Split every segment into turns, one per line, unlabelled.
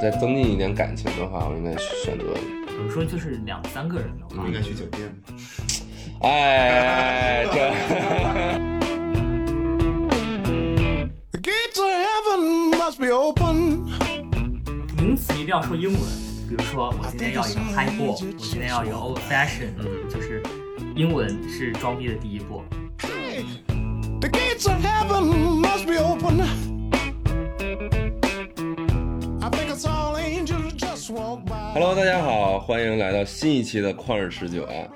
再增进一点感情的话，我应该选择，
比如说就是两三个人的话，
嗯
应该去酒店。
哎，这。
The gates of heaven must be open.
名词一定要说英文，比如说我今天要有 high ball，我今天要有 old fashion，就是英文是装逼的第一步。
Hey, the gates of heaven must be open. I think it's all angels just walk by.
Hello，大家好，欢迎来到新一期的旷日持久啊。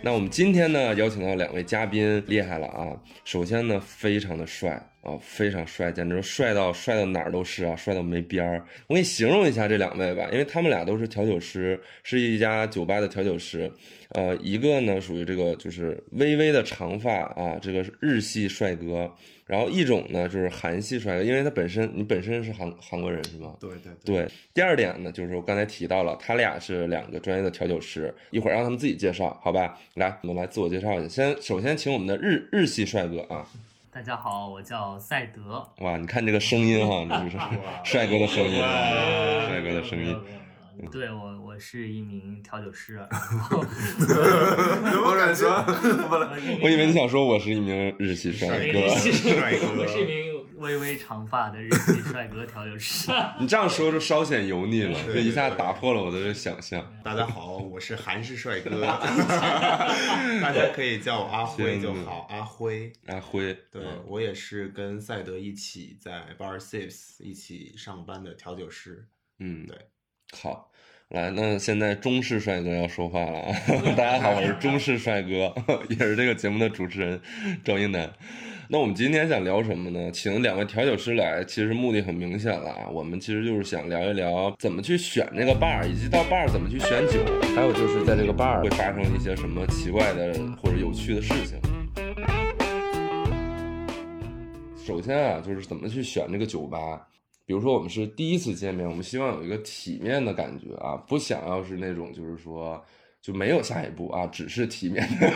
那我们今天呢，邀请到两位嘉宾，厉害了啊！首先呢，非常的帅啊，非常帅，简直帅到帅到哪儿都是啊，帅到没边儿。我给你形容一下这两位吧，因为他们俩都是调酒师，是一家酒吧的调酒师。呃，一个呢属于这个就是微微的长发啊，这个是日系帅哥，然后一种呢就是韩系帅哥，因为他本身你本身是韩韩国人是吗？
对对对，
对，第二点呢，就是我刚才提到了，他俩是两个专业的调酒师，一会儿让他们自己介绍，好吧？来，我们来自我介绍一下，先首先请我们的日日系帅哥啊，
大家好，我叫赛德。
哇，你看这个声音哈、这就是 帅哥的声音，啊帅呃哥的声音，
对我，我是一名调酒师，啊然后
怎么敢说？
我以为你想说我是一名日系帅哥，
帅哥
我是一名微微长发的日系帅哥调酒师。
你这样说就稍显油腻了，
对
这一下打破了我的这想象。
大家好，我是韩式帅 哥， 大家可以叫我阿辉就好，阿辉。
阿辉，
对
嗯
我也是跟赛德一起在 Bar Six 一起上班的调酒师。
嗯，
对，
好，来，那现在中式帅哥要说话了啊！大家好，我是中式帅哥， 也是这个节目的主持人赵英男。那我们今天想聊什么呢？请两位调酒师来，其实目的很明显了啊。我们其实就是想聊一聊怎么去选这个 bar，以及到 bar 怎么去选酒，还有就是在这个 bar 会发生一些什么奇怪的或者有趣的事情。首先啊，就是怎么去选这个酒吧。比如说我们是第一次见面，我们希望有一个体面的感觉啊，不想要是那种就是说就没有下一步啊，只是体面的，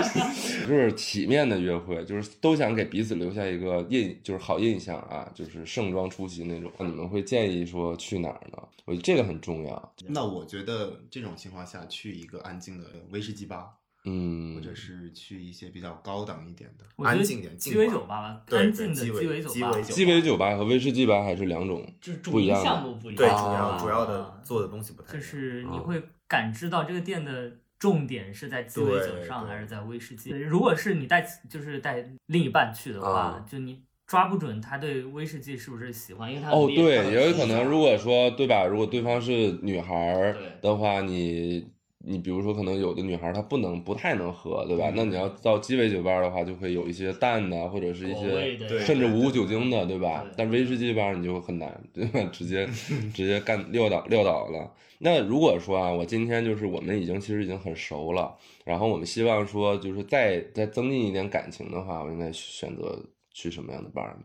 就是体面的约会，就是都想给彼此留下一个印，就是好印象啊，就是盛装出席那种。你们会建议说去哪儿呢？我觉得这个很重要。
那我觉得这种情况下，去一个安静的威士忌吧，或
嗯，
者是去一些比较高档一点的、
我觉
安
得
静点、
鸡尾
静
酒
吧。
吧吧，
对
安静的
对鸡尾
尾酒
鸡
吧，
尾酒
鸡尾酒吧和威士忌吧还是两种。
就是
不
主
一
营
样的
项目不一样，
对，主
啊
要主要的
啊
做的东西不太一
就
样。
是你
嗯
会感知到这个店的重点是在鸡尾酒
对
上
对
还是在威士忌。如果是你带就是带另一半去的话
嗯，
就你抓不准他对威士忌是不是喜欢，因为他
哦，
也
对，
能
也有
吃
可能，如果说对吧，如果对方是女孩儿
啊对
的话，你你比如说，可能有的女孩儿她不能不太能喝，对吧？那
嗯
你要到鸡尾酒吧的话，就会有一些淡的，或者是一
果味
些
的
对
甚至无酒精的，对吧
对？
但威士忌吧，你就很难， 对吧？直接 直接干撂倒撂倒了。那如果说啊，我今天就是我们已经其实已经很熟了，然后我们希望说就是再再增进一点感情的话，我应该选择去什么样的班儿呢？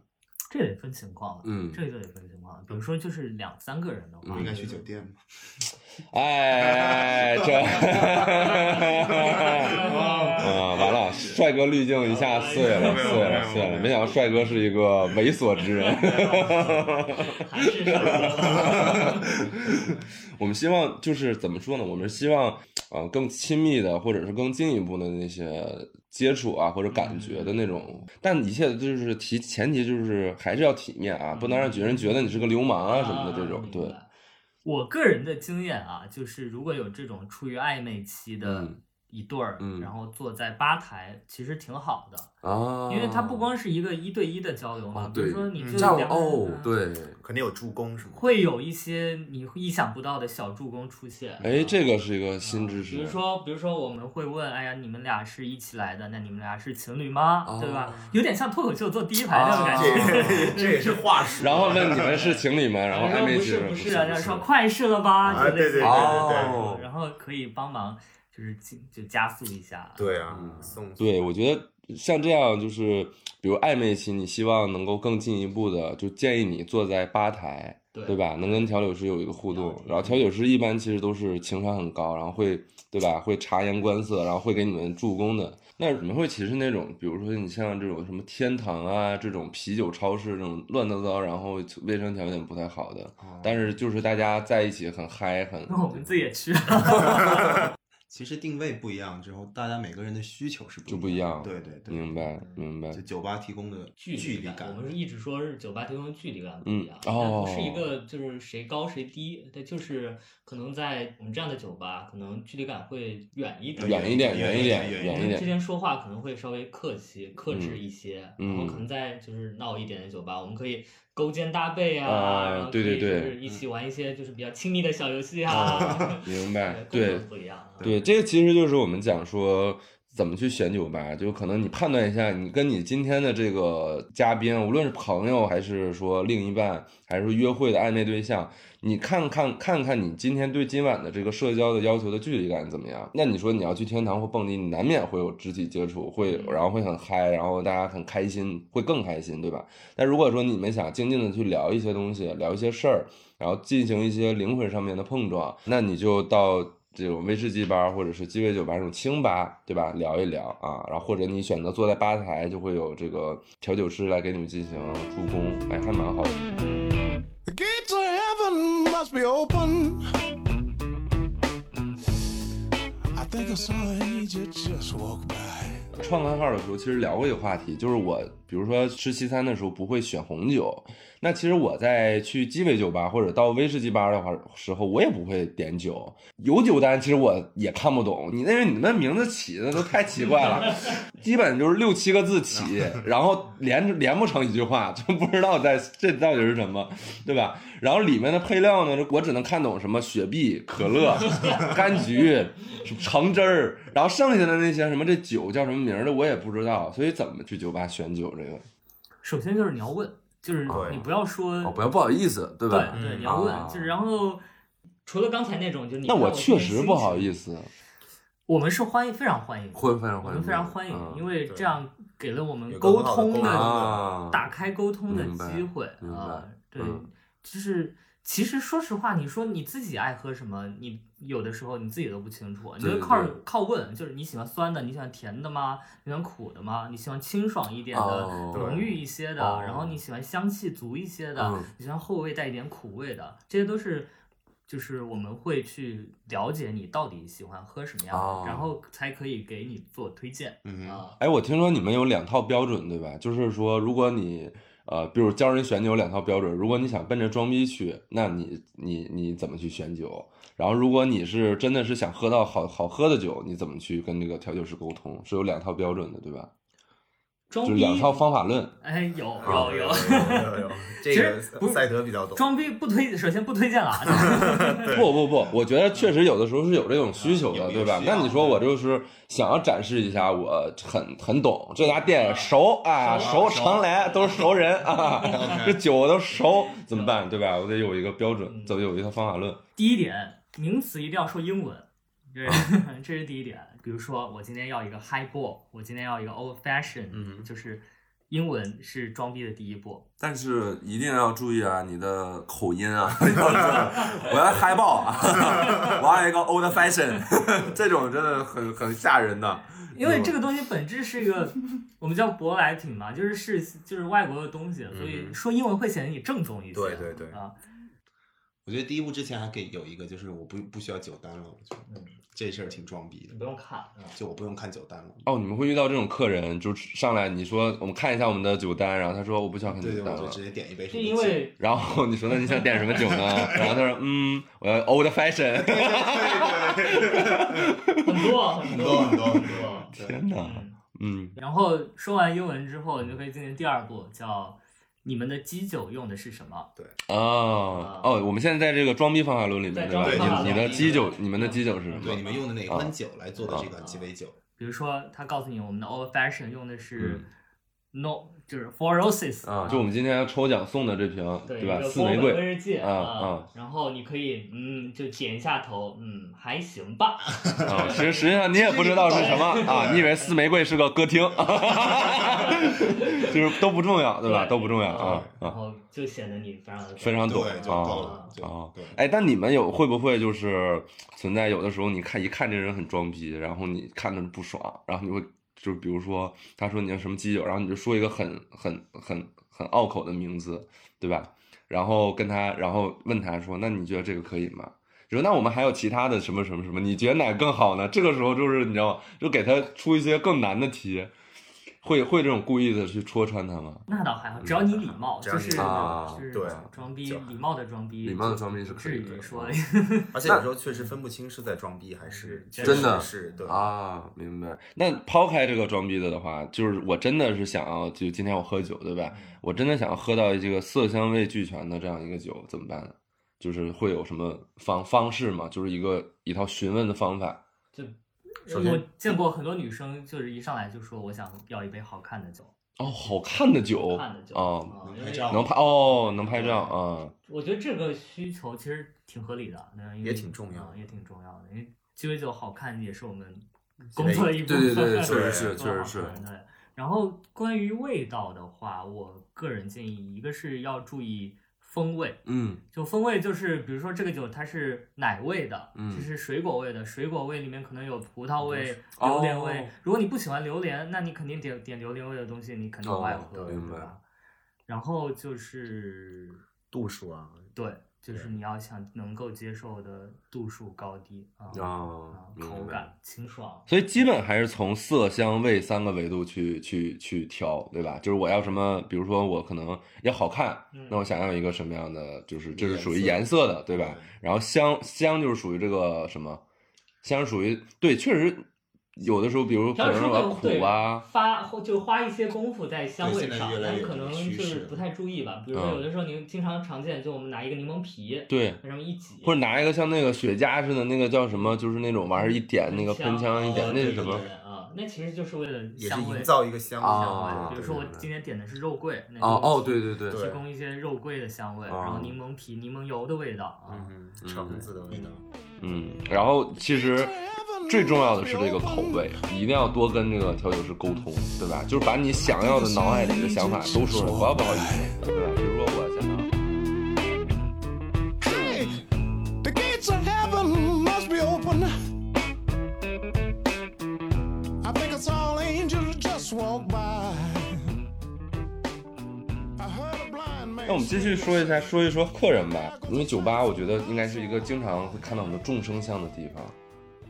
这得分情况了，
嗯
这个得分情况了。比如说就是两三个人的话，
应该去酒店吧。
哎， 这，啊，完了，帅哥滤镜一下碎了，碎了，碎了。没想到帅哥是一个猥琐之人。
还是 什么
我们希望就是怎么说呢？我们希望呃更亲密的，或者是更进一步的那些接触啊，或者感觉的那种。但一切就是提前提就是还是要体面啊，不能让别人觉得你是个流氓啊什么的这种。对
明，白我个人的经验啊，就是如果有这种处于暧昧期的
嗯
一对儿，
嗯
然后坐在吧台，其实挺好的。
啊
因为它不光是一个一对一的交流嘛，
啊
比如
对
说你
嗯
就
这样
两个人啊，
哦对。
肯定有助攻什么的。
会有一些你意想不到的小助攻出现。
哎，这
个
个是一个新知识。
比如啊说，比如说我们会问，哎呀，你们俩是一起来的，那你们俩是情侣吗？
哦啊
对吧？有点像脱口秀坐第一排那种感
这
觉。
也这也是话术。
然后问你们是情侣吗？然后
然
暧
后
昧
不
期
是
不
不
是
是啊，然后说快是了吧，
啊
就类似于这
对对对
种
对啊
嗯
哦
然后可以帮忙，就是进就加速一下。
对啊
嗯，
送
对，我觉得像这样就是，比如暧昧期，你希望能够更进一步的，就建议你坐在吧台，
对
对吧？能跟调酒师有一个互动。然后调酒师一般其实都是情商很高，然后会对吧？会察言观色，然后会给你们助攻的。那你们会歧视那种，比如说你像这种什么天堂啊，这种啤酒超市这种乱糟糟，然后卫生条件不太好的，
嗯
但是就是大家在一起很嗨，很
那我们自己也去，
其实定位不一样之后，大家每个人的需求是不
就不一样
对对嗯对，
明白明白
就。酒吧提供的
距
距
离
离
我们是一直说是酒吧提供的距离感不一样，
嗯
但
哦
不是一个就是谁高谁低，它就是可能在我们这样的酒吧，可能距离感会远一点，
远一点，
远
远
一
一点，
点远一点
远
我
一
们之
点。
间说话可能会稍微客气、克制一些，
嗯
然后可能在就是闹一点的酒吧，我们可以勾肩搭背啊，
啊
然后可
对
以
对对
就是一起玩一些就是比较亲密的小游戏啊
啊，明白
各
对
种不一样啊。
对，这个其实就是我们讲说怎么去选酒吧，就可能你判断一下，你跟你今天的这个嘉宾，无论是朋友还是说另一半，还是说约会的暧昧对象，你看看看看你今天对今晚的这个社交的要求的距离感怎么样？那你说你要去天堂或蹦迪，你难免会有肢体接触，会然后会很嗨，然后大家很开心，会更开心，对吧？但如果说你们想静静的去聊一些东西，聊一些事儿，然后进行一些灵魂上面的碰撞，那你就到这种威士忌吧，或者是鸡尾酒吧这种清吧，对吧？聊一聊啊，然后或者你选择坐在吧台，就会有这个调酒师来给你们进行助攻，哎，还蛮好的。
The gates of heaven must be open. I think I saw an angel just walk by.
创刊号的时候，其实聊过一个话题，就是我比如说吃西餐的时候不会选红酒，那其实我在去鸡尾酒吧或者到威士忌吧的话时候，我也不会点酒。有酒单其实我也看不懂，你那是你们名字起的都太奇怪了，基本就是六七个字起，然后连连不成一句话，就不知道在这到底是什么，对吧？然后里面的配料呢，我只能看懂什么雪碧、可乐、柑橘、什么橙汁儿，然后剩下的那些什么这酒叫什么名儿的我也不知道，所以怎么去酒吧选酒这个？
首先就是你要问，就是
对
你不要说
哦，不要不好意思，对吧？
对对，
嗯
你要
啊
问，就是然后
除了刚才那种，就是你
那
看
我
我
确实不好意
思，
思，
我们是欢迎，非常欢迎，
会非常
我
欢
们
迎，
非常欢迎，
嗯
因为
对
这样给了我们
有
沟
更好的
通
沟通
的
啊
打开沟通的
明白
机会
明
啊
白，
对
嗯，
就是。其实说实话，你说你自己爱喝什么，你有的时候你自己都不清楚，你
对
就
对
靠
对
靠问，就是你喜欢酸的，你喜欢甜的吗？你喜欢苦的吗？你喜欢清爽一点的
哦，
浓郁一些的，
哦
然后你喜欢香气足一些的，
嗯
你喜欢后味带一点苦味的，这些都是就是我们会去了解你到底喜欢喝什么样的，
哦
然后才可以给你做推荐
嗯哼，
啊。
哎，我听说你们有两套标准，对吧？就是说，如果你呃，比如教人选酒两套标准，如果你想奔着装逼去，那你你你怎么去选酒？然后，如果你是真的是想喝到好好喝的酒，你怎么去跟这个调酒师沟通？是有两套标准的，对吧？
装
就是
逼
两套方法论。
哎，有
啊
有有，
有有，
其
这个
实不
赛德比较懂。
装逼不推，首先不推荐了啊。
不不不，我觉得确实有的时候是有这种需求的，
有
对吧
有？需要
那你说我就是想要展示一下我很很懂这家店熟啊，熟常来都是熟人啊， 这酒我都熟，怎么办？对吧？我得有一个标准，怎么有一套方法论？
第一点，名词一定要说英文，这 这是第一点。比如说，我今天要一个 high ball，我今天要一个 old fashion，、
嗯
就是英文是装逼的第一步。
但是一定要注意啊，你的口音啊，我要嗨爆啊，我要一个 old fashion，这种真的很很吓人的。
因为这个东西本质是一个，我们叫舶来品嘛，就是是就是外国的东西，所以说英文会显得你正宗一些。
对对对
啊，
我觉得第一步之前还可以有一个，就是我不不需要酒单了，我觉得这事儿挺装逼的
你，不用看
嗯
啊。
就我不用看酒单了。
哦，你们会遇到这种客人，就是上来你说我们看一下我们的酒单，然后他说我不想看酒
对对，
单
我就
了。
直接点一杯
就
水。
因为
然后你说那你想点什么酒呢？然后他说嗯，我要 old fashion。
很多很
很多很多很
多
多，对
天哪，
嗯
嗯，
然后说完英文之后，你就可以进行第二步，叫你们的基酒用的是什么？
哦哦，我们现在在这个装逼方法论里面，
在
对吧？
装
逼方法
你你的
论
基酒，你们的基酒是什
对，你
么？
们用的哪款酒来做的这款
啊
鸡尾酒？
比如说，他告诉你我们的 old fashion 用的是 No，就是 Four Roses，
啊
就我们今天要抽奖送的这瓶，
对
吧？
一个
四
波
玫
本
瑰，
威士忌
啊啊
然后你可以嗯，就剪一下头，嗯，还行吧。
啊，其实实际上你也不知道是什么啊，你以为四玫瑰是个歌厅， 就是都不重要，对吧？
对
都不重要啊
然
啊，
后就显得你非常的
非常懂
对，就够
啊。
了，
啊
就对。
哎，但你们有会不会就是存在有的时候，你看一看这人很装逼，然后你看着不爽，然后你会就比如说他说你要什么基酒，然后你就说一个很很很很拗口的名字，对吧？然后跟他，然后问他说，那你觉得这个可以吗？就说那我们还有其他的什么什么什么，你觉得哪个更好呢？这个时候就是你知道吗？就给他出一些更难的题，会会这种故意的去戳穿他吗？
那倒还好，只要你礼貌，
嗯只要
就
你
是
礼
貌
就是
对
装逼，
就好
礼貌的装逼，
礼貌的装逼是
不
可以
至
的
于说
而且有时候确实分不清是在装逼还是
真
真的
是对。
啊，明白。
那抛开这个装逼的的话，就是我真的是想要，就今天我喝酒，对吧？我真的想要喝到这个色香味俱全的这样一个酒，怎么办呢？就是会有什么方方式吗？就是一个一套询问的方法。
就。
首先
我见过很多女生，就是一上来就说我想要一杯好看的酒，
哦，好看的酒
好看的酒
哦，
啊
能
因为
拍照
能拍哦，能拍照啊、
我觉得这个需求其实挺合理的，那因为
也挺重要
嗯也挺重要的。因为鸡尾酒好看也是我们工作的一部
对
分，
对 对，
对
确实是，
对
确实是。
啊对。然后关于味道的话，我个人建议，一个是要注意风味，
嗯
就风味就是比如说这个酒它是奶味的，
嗯
这是水果味的，水果味里面可能有葡萄味、
哦
榴莲味。如果你不喜欢榴莲，那你肯定点点榴莲味的东西，你肯定不爱
哦
喝，
明白
对吧？然后就是
度数啊，
对，就是你要想能够接受的度数高低啊，
啊
啊，
明白
口感清爽，
所以基本还是从色香味三个维度去去去调，对吧？就是我要什么，比如说我可能要好看，
嗯
那我想要一个什么样的，就是这是
颜
属于
色
颜色的，对
嗯
吧？然后香香就是属于这个什么，香是属于对，确实有的时候，比
啊
如可
要
能
是
是
说
我
会对
苦啊，
花就花一些功夫在香味
对现在
上
越，来
但
越
可
有
能
趋
就是
势
不太注意吧。比如说
嗯
有的时候您经常常见，就我们拿一个柠檬皮，
对，
往上面一挤，
或者拿一个像那个雪茄似的那个叫什么，就是那种玩意儿一点那个喷枪一点
嗯哦，
那是
对
什
对
么
对？啊？那其实就是为了
也是
香味
营。造一个香味。
啊
比如
对
说我
对对
今天点的是肉桂，那
哦
就
哦，对对对，
对
提供一些肉桂的香味，
哦
然后柠檬皮、柠檬油的味道啊，
嗯，橙子的味道，
嗯，然后其实最重要的是这个口味，一定要多跟这个调酒师沟通，对吧？就是把你想要的脑海里的想法都说出来，不要不好意思，对吧？比如说我想要。
Hey, the gates of heaven must be open. I think it's all angels just walk by. I heard a blind man.
那我们继续说一下，说一说客人吧，因为酒吧我觉得应该是一个经常会看到很多众生相的地方。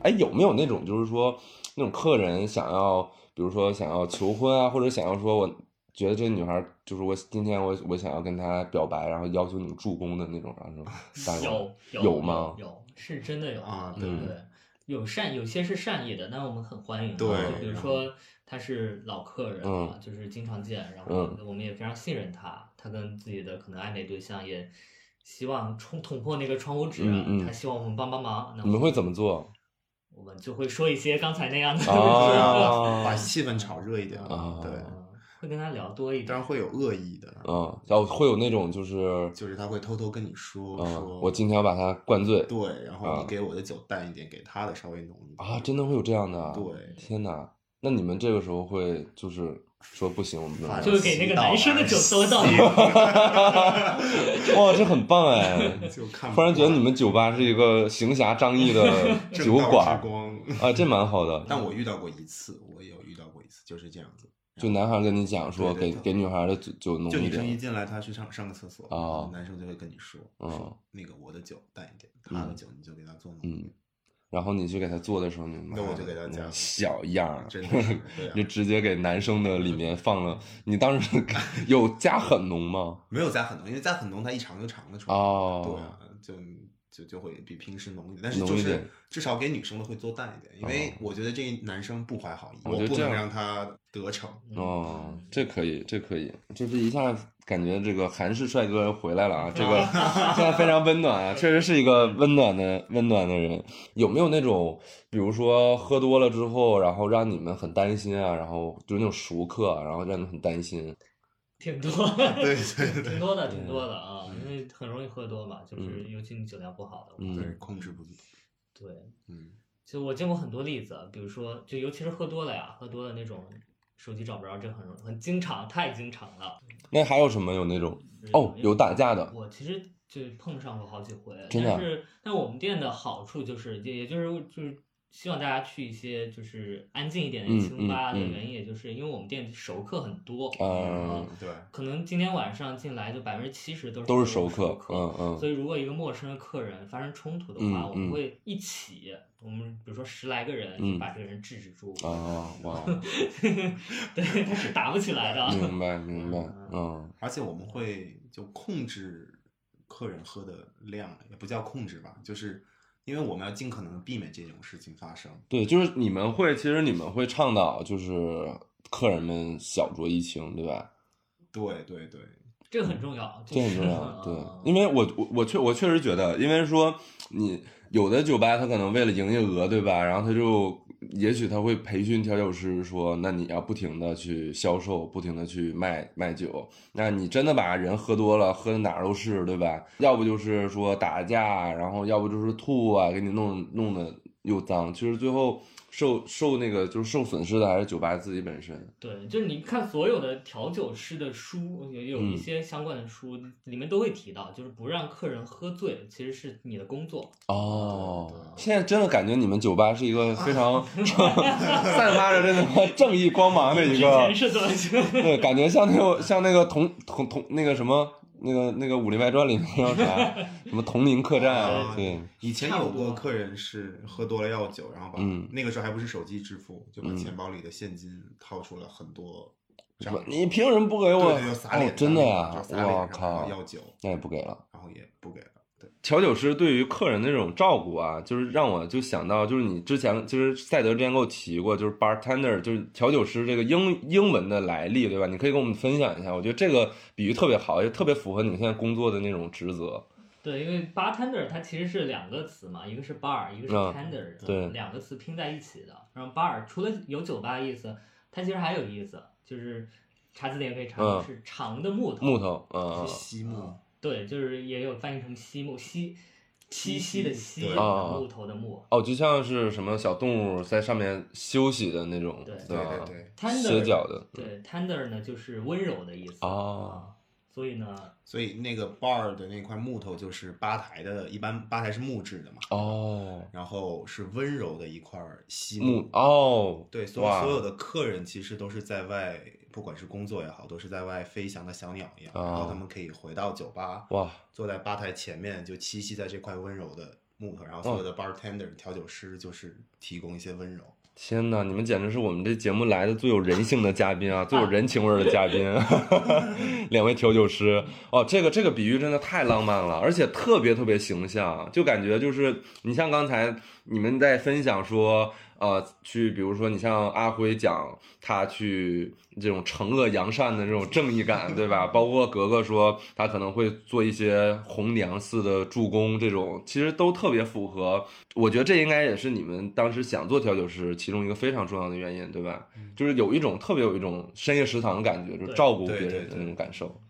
哎，有没有那种就是说那种客人想要，比如说想要求婚啊，或者想要说我觉得这女孩就是我今天我我想要跟她表白，然后要求你们助攻的那种，然后说大概
有
有吗
有是真的有
啊
对
对
对，有善有些是善意的，那我们很欢迎。啊
对
就比如说他是老客人啊，就是经常见，然后
嗯
我们也非常信任他，他跟自己的可能暧昧对象也希望冲捅破那个窗户纸啊
嗯嗯，
他希望我们帮帮忙。那
你们会怎么做？
我们就会说一些刚才那样的，
啊
把气氛炒热一点
啊。
对，
嗯会跟他聊多一
当
点
然。会有恶意的，
嗯，然后会有那种就是，
就是他会偷偷跟你说
嗯，
说，
我今天要把她灌醉
对，然后
啊
你给我的酒淡一点，给他的稍微浓一点
啊，真的会有这样的啊？
对
天哪，那你们这个时候会就是说不行，我们怎么
反
办
正
就是给那个男生的酒馊到
洗
哇，这很棒哎！
就看不
突然觉得
惯
你们酒吧是一个行侠仗义的
正
酒
道之
馆
光。
啊，这蛮好的。
但我遇到过一次，我有遇到过一次，就是这样子。
就男孩跟你讲说，
对对
给
对
给女孩的酒酒浓
就
一
女生一
点，
进来，她去上上个厕所，
哦
男生就会跟你说，
嗯
说那个我的酒淡一点，他的酒你就给他做浓一点，
嗯然后你去给她做的时候，你
那我就给她讲
嗯小样儿，
真 的是对
就
啊，
直接给男生的里面放了。你当时 有加很浓吗？
没有加很浓，因为加很浓它一尝就尝得出来，
哦
对啊，就就就会比平时浓一点，但是就
浓一
是
点
至少给女生的会做淡一点，因为
哦
我觉得这男生不怀好意，
我
我
觉得
不
这
能
样
让他得逞。
哦，这可以，这可以，就是一下感觉这个韩式帅哥回来了啊！这个 现在非常温暖啊，确实是一个温暖的温暖的人。有没有那种，比如说喝多了之后，然后让你们很担心啊，然后就是那种熟客啊，然后让你们很担心？
挺多，
啊对对对
挺多的，挺多的啊，因为很容易喝多嘛，就是尤其你酒量不好的话，
嗯
对，控制不住。
对，
嗯，
就我见过很多例子，啊比如说，就尤其是喝多了呀，喝多了那种手机找不着，这很容很经常，太经常了。
那还有什么有那种哦，有打架的，
我其实就碰上过好几回，
真的啊
但是但我们店的好处就是，也也就是就是希望大家去一些就是安静一点
嗯
的清吧的
嗯嗯
原因，也就是因为我们店熟客很多，啊
嗯
对，
可能今天晚上进来就百分之七十都是
都是
熟
熟客，嗯嗯
所以，如果一个陌生的客人发生冲突的
嗯
话，我
嗯
们会一起，我们比如说十来个人，
嗯
就把这个人制止住。
啊哇，
对，他是打不起来的。
明白明白，嗯
而且我们会就控制客人喝的量，也不叫控制吧，就是因为我们要尽可能地避免这种事情发生。
对，就是你们会，其实你们会倡导就是客人们小酌怡情，对吧？
对对对，
这个很重要，
这很
是
重要，对
嗯，
因为我我我确我确实觉得，因为说你有的酒吧他可能为了营业额，对吧？然后他就也许他会培训调酒师说，那你要不停的去销售，不停的去卖卖酒，那你真的把人喝多了，喝的哪儿都是，对吧？要不就是说打架，啊然后要不就是吐啊，给你弄弄的又脏，其实最后受受那个就是受损失的还是酒吧自己本身，
对，就是你看所有的调酒师的书，也有一
嗯
些相关的书，里面都会提到，就是不让客人喝醉，其实是你的工作。
哦
对对，
现在真的感觉你们酒吧是一个非 常散发着这种正义光芒的一
之
个
前，是怎么觉得
对，感觉像那种像那个同同同那个什么那个那个《武林外传》里面叫 啥什么同林客栈啊，
啊
对，
以前
差不
有
多
过客人是喝多了药酒，然后把、
嗯
那个时候还不是手机支付，就把
嗯
钱包里的现金掏出了很多
什
张，
么你凭什么不给
对
我？
对，就撒
哦
脸，上，
真的呀
就，撒脸
我
上
靠，嗯
药酒，
那也不给了。
然后也不给了。对，
调酒师对于客人的这种照顾啊，就是让我就想到，就是你之前就是赛德之前给我提过，就是 bartender，就是调酒师这个英英文的来历，对吧？你可以跟我们分享一下，我觉得这个比喻特别好，也特别符合你现在工作的那种职责。
对，因为 bartender 它其实是两个词嘛，一个是 bar，一个是
嗯
tender，、
对
两个词拼在一起的。然后 bar 除了有酒吧的意思，它其实还有意思，就是查字典也可以查到
嗯
是长的木头。
木头，嗯
西木
对，就是也有翻译成西木西，
栖
栖息的
息
息，
对
然
哦
后木头的木。
哦，就像是什么小动物在上面休息的那种，
对
对
吧
对？对，
歇
tender
脚的，
对 tender 呢就是温柔的意思。
哦
啊所以呢，
所以那个 bar 的那块木头就是吧台的，一般吧台是木质的嘛，
哦，
然后是温柔的一块西
木哦，
对，所以
哇
所有的客人其实都是在外，不管是工作也好，都是在外飞翔的小鸟一样。然
哦
后他们可以回到酒吧，
哇，
坐在吧台前面，就栖息在这块温柔的木头。然后所有
嗯
的 bartender、调酒师就是提供一些温柔。
天呐，你们简直是我们这节目来的最有人性的嘉宾啊，最有人情味儿的嘉宾， 两位调酒师哦，这个这个比喻真的太浪漫了，而且特别特别形象，就感觉就是你像刚才你们在分享说，呃，去比如说你像阿辉讲他去这种惩恶扬善的这种正义感，对吧？包括格格说他可能会做一些红娘似的助攻，这种其实都特别符合我觉得这应该也是你们当时想做调酒师其中一个非常重要的原因，对吧？就是有一种特别有一种深夜食堂的感觉，就是
对
照顾别
对对
人的
对
那种感受。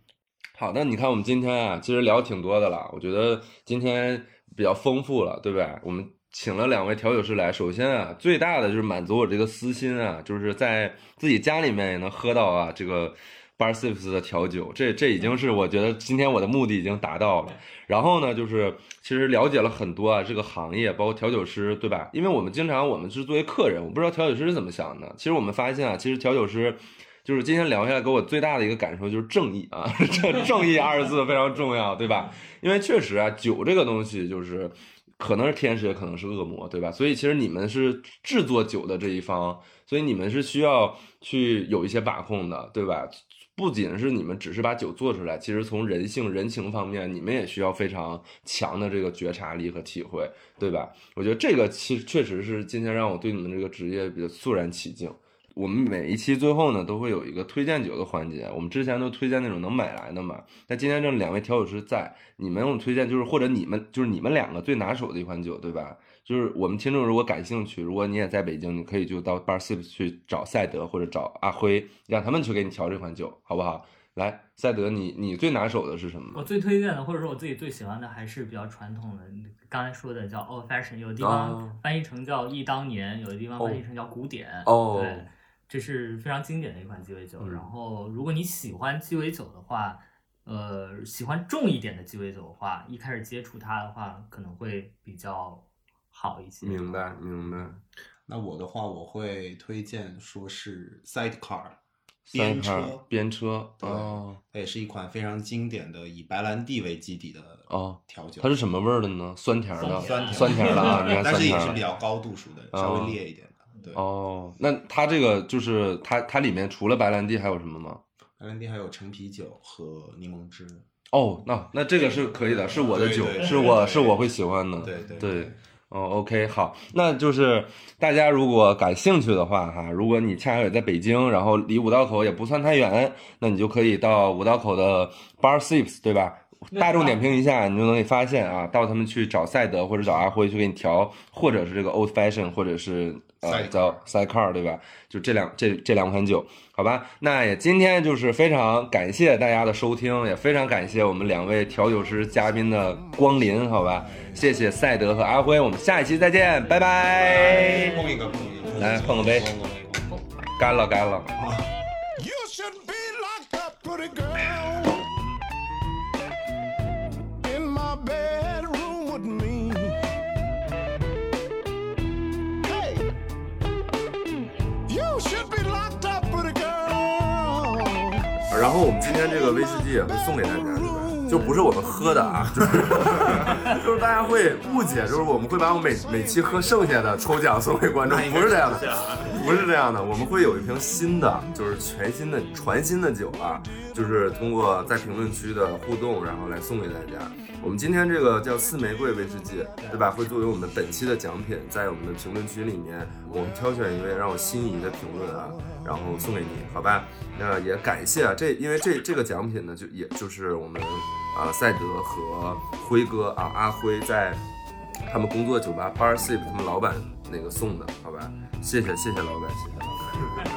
好，那你看我们今天啊，其实聊挺多的了，我觉得今天比较丰富了，对吧？我们请了两位调酒师来，首先啊，最大的就是满足我这个私心啊，就是在自己家里面也能喝到啊这个 Bar Sips 的调酒，这这已经是我觉得今天我的目的已经达到了。然后呢，就是其实了解了很多啊，这个行业，包括调酒师，对吧？因为我们经常我们是作为客人，我不知道调酒师是怎么想的。其实我们发现啊，其实调酒师就是今天聊下来给我最大的一个感受就是正义啊， 这正义二字非常重要，对吧？因为确实啊，酒这个东西就是可能是天使，也可能是恶魔，对吧？所以其实你们是制作酒的这一方，所以你们是需要去有一些把控的，对吧？不仅是你们只是把酒做出来，其实从人性、人情方面，你们也需要非常强的这个觉察力和体会，对吧？我觉得这个其实确实是今天让我对你们这个职业比较肃然起敬。我们每一期最后呢都会有一个推荐酒的环节，我们之前都推荐那种能买来的嘛。那今天这两位调酒师在，你们用推荐就是或者你们就是你们两个最拿手的一款酒，对吧？就是我们听众如果感兴趣，如果你也在北京，你可以就到 Bar Sip 去找赛德或者找阿辉，让他们去给你调这款酒，好不好？来，赛德，你你最拿手的是什么？
我最推荐的，或者说我自己最喜欢的，还是比较传统的，刚才说的叫 old fashion，有的地
哦
方翻译成叫忆当年，有的地方翻译成叫古典。
哦
对，这是非常经典的一款鸡尾酒。
嗯
然后，如果你喜欢鸡尾酒的话，呃，喜欢重一点的鸡尾酒的话，一开始接触它的话，可能会比较好一些。
明白明白，
那我的话，我会推荐说是 Sidecar
三
边
号
车，
边车，
对
哦
它也是一款非常经典的以白兰地为基底的
哦，
调酒，
它是什么味儿的呢？酸甜儿的，
酸
甜
酸甜儿的 啊，你看
但
酸
是
甜
也是
儿
比
的。
较高度数的，
哦
稍微烈一点的。对，
哦，那它这个就是它它里面除了白兰地还有什么吗？
白兰地还有橙啤酒和柠檬汁。
哦，那那这个是可以的，是我的
对
酒
对，对
是我
对
是我会喜欢的。
对对
对，哦，OK，好，那就是大家如果感兴趣的话，哈，如果你恰好也在北京，然后离五道口也不算太远，那你就可以到五道口的 Bar Sips，对吧？大众点评一下，你就能给发现啊，到他们去找赛德或者找阿辉去给你调，或者是这个 Old Fashion，或者是呃
Sidecar
叫 Sidecar，对吧？就这两这这两款酒，好吧？那也今天就是非常感谢大家的收听，也非常感谢我们两位调酒师嘉宾的光临，好吧？谢谢赛德和阿辉，我们下一期再见，拜拜！
碰一个，碰一个，
来碰个杯
碰一个
干了干了。
You should be locked up, pretty girl, in my bedroom with me. Hey, you should be locked up, pretty girl.
然后我们今天这个威士忌也会送给大家，对吧？就不是我们喝的啊，就是 就是大家会误解，就是我们会把我每每期喝剩下的抽奖送给观众，不是这样的，不是这样的，我们会有一瓶新的，就是全新的、全新的酒啊，就是通过在评论区的互动，然后来送给大家。我们今天这个叫四玫瑰威士忌，对吧？会作为我们本期的奖品，在我们的评论区里面，我们挑选一位让我心仪的评论啊，然后送给你，好吧？那也感谢啊，这因为这这个奖品呢，就也就是我们啊赛德和辉哥啊阿辉在他们工作酒吧 Bar Sip 他们老板那个送的，好吧？谢谢谢谢老板，谢谢老板。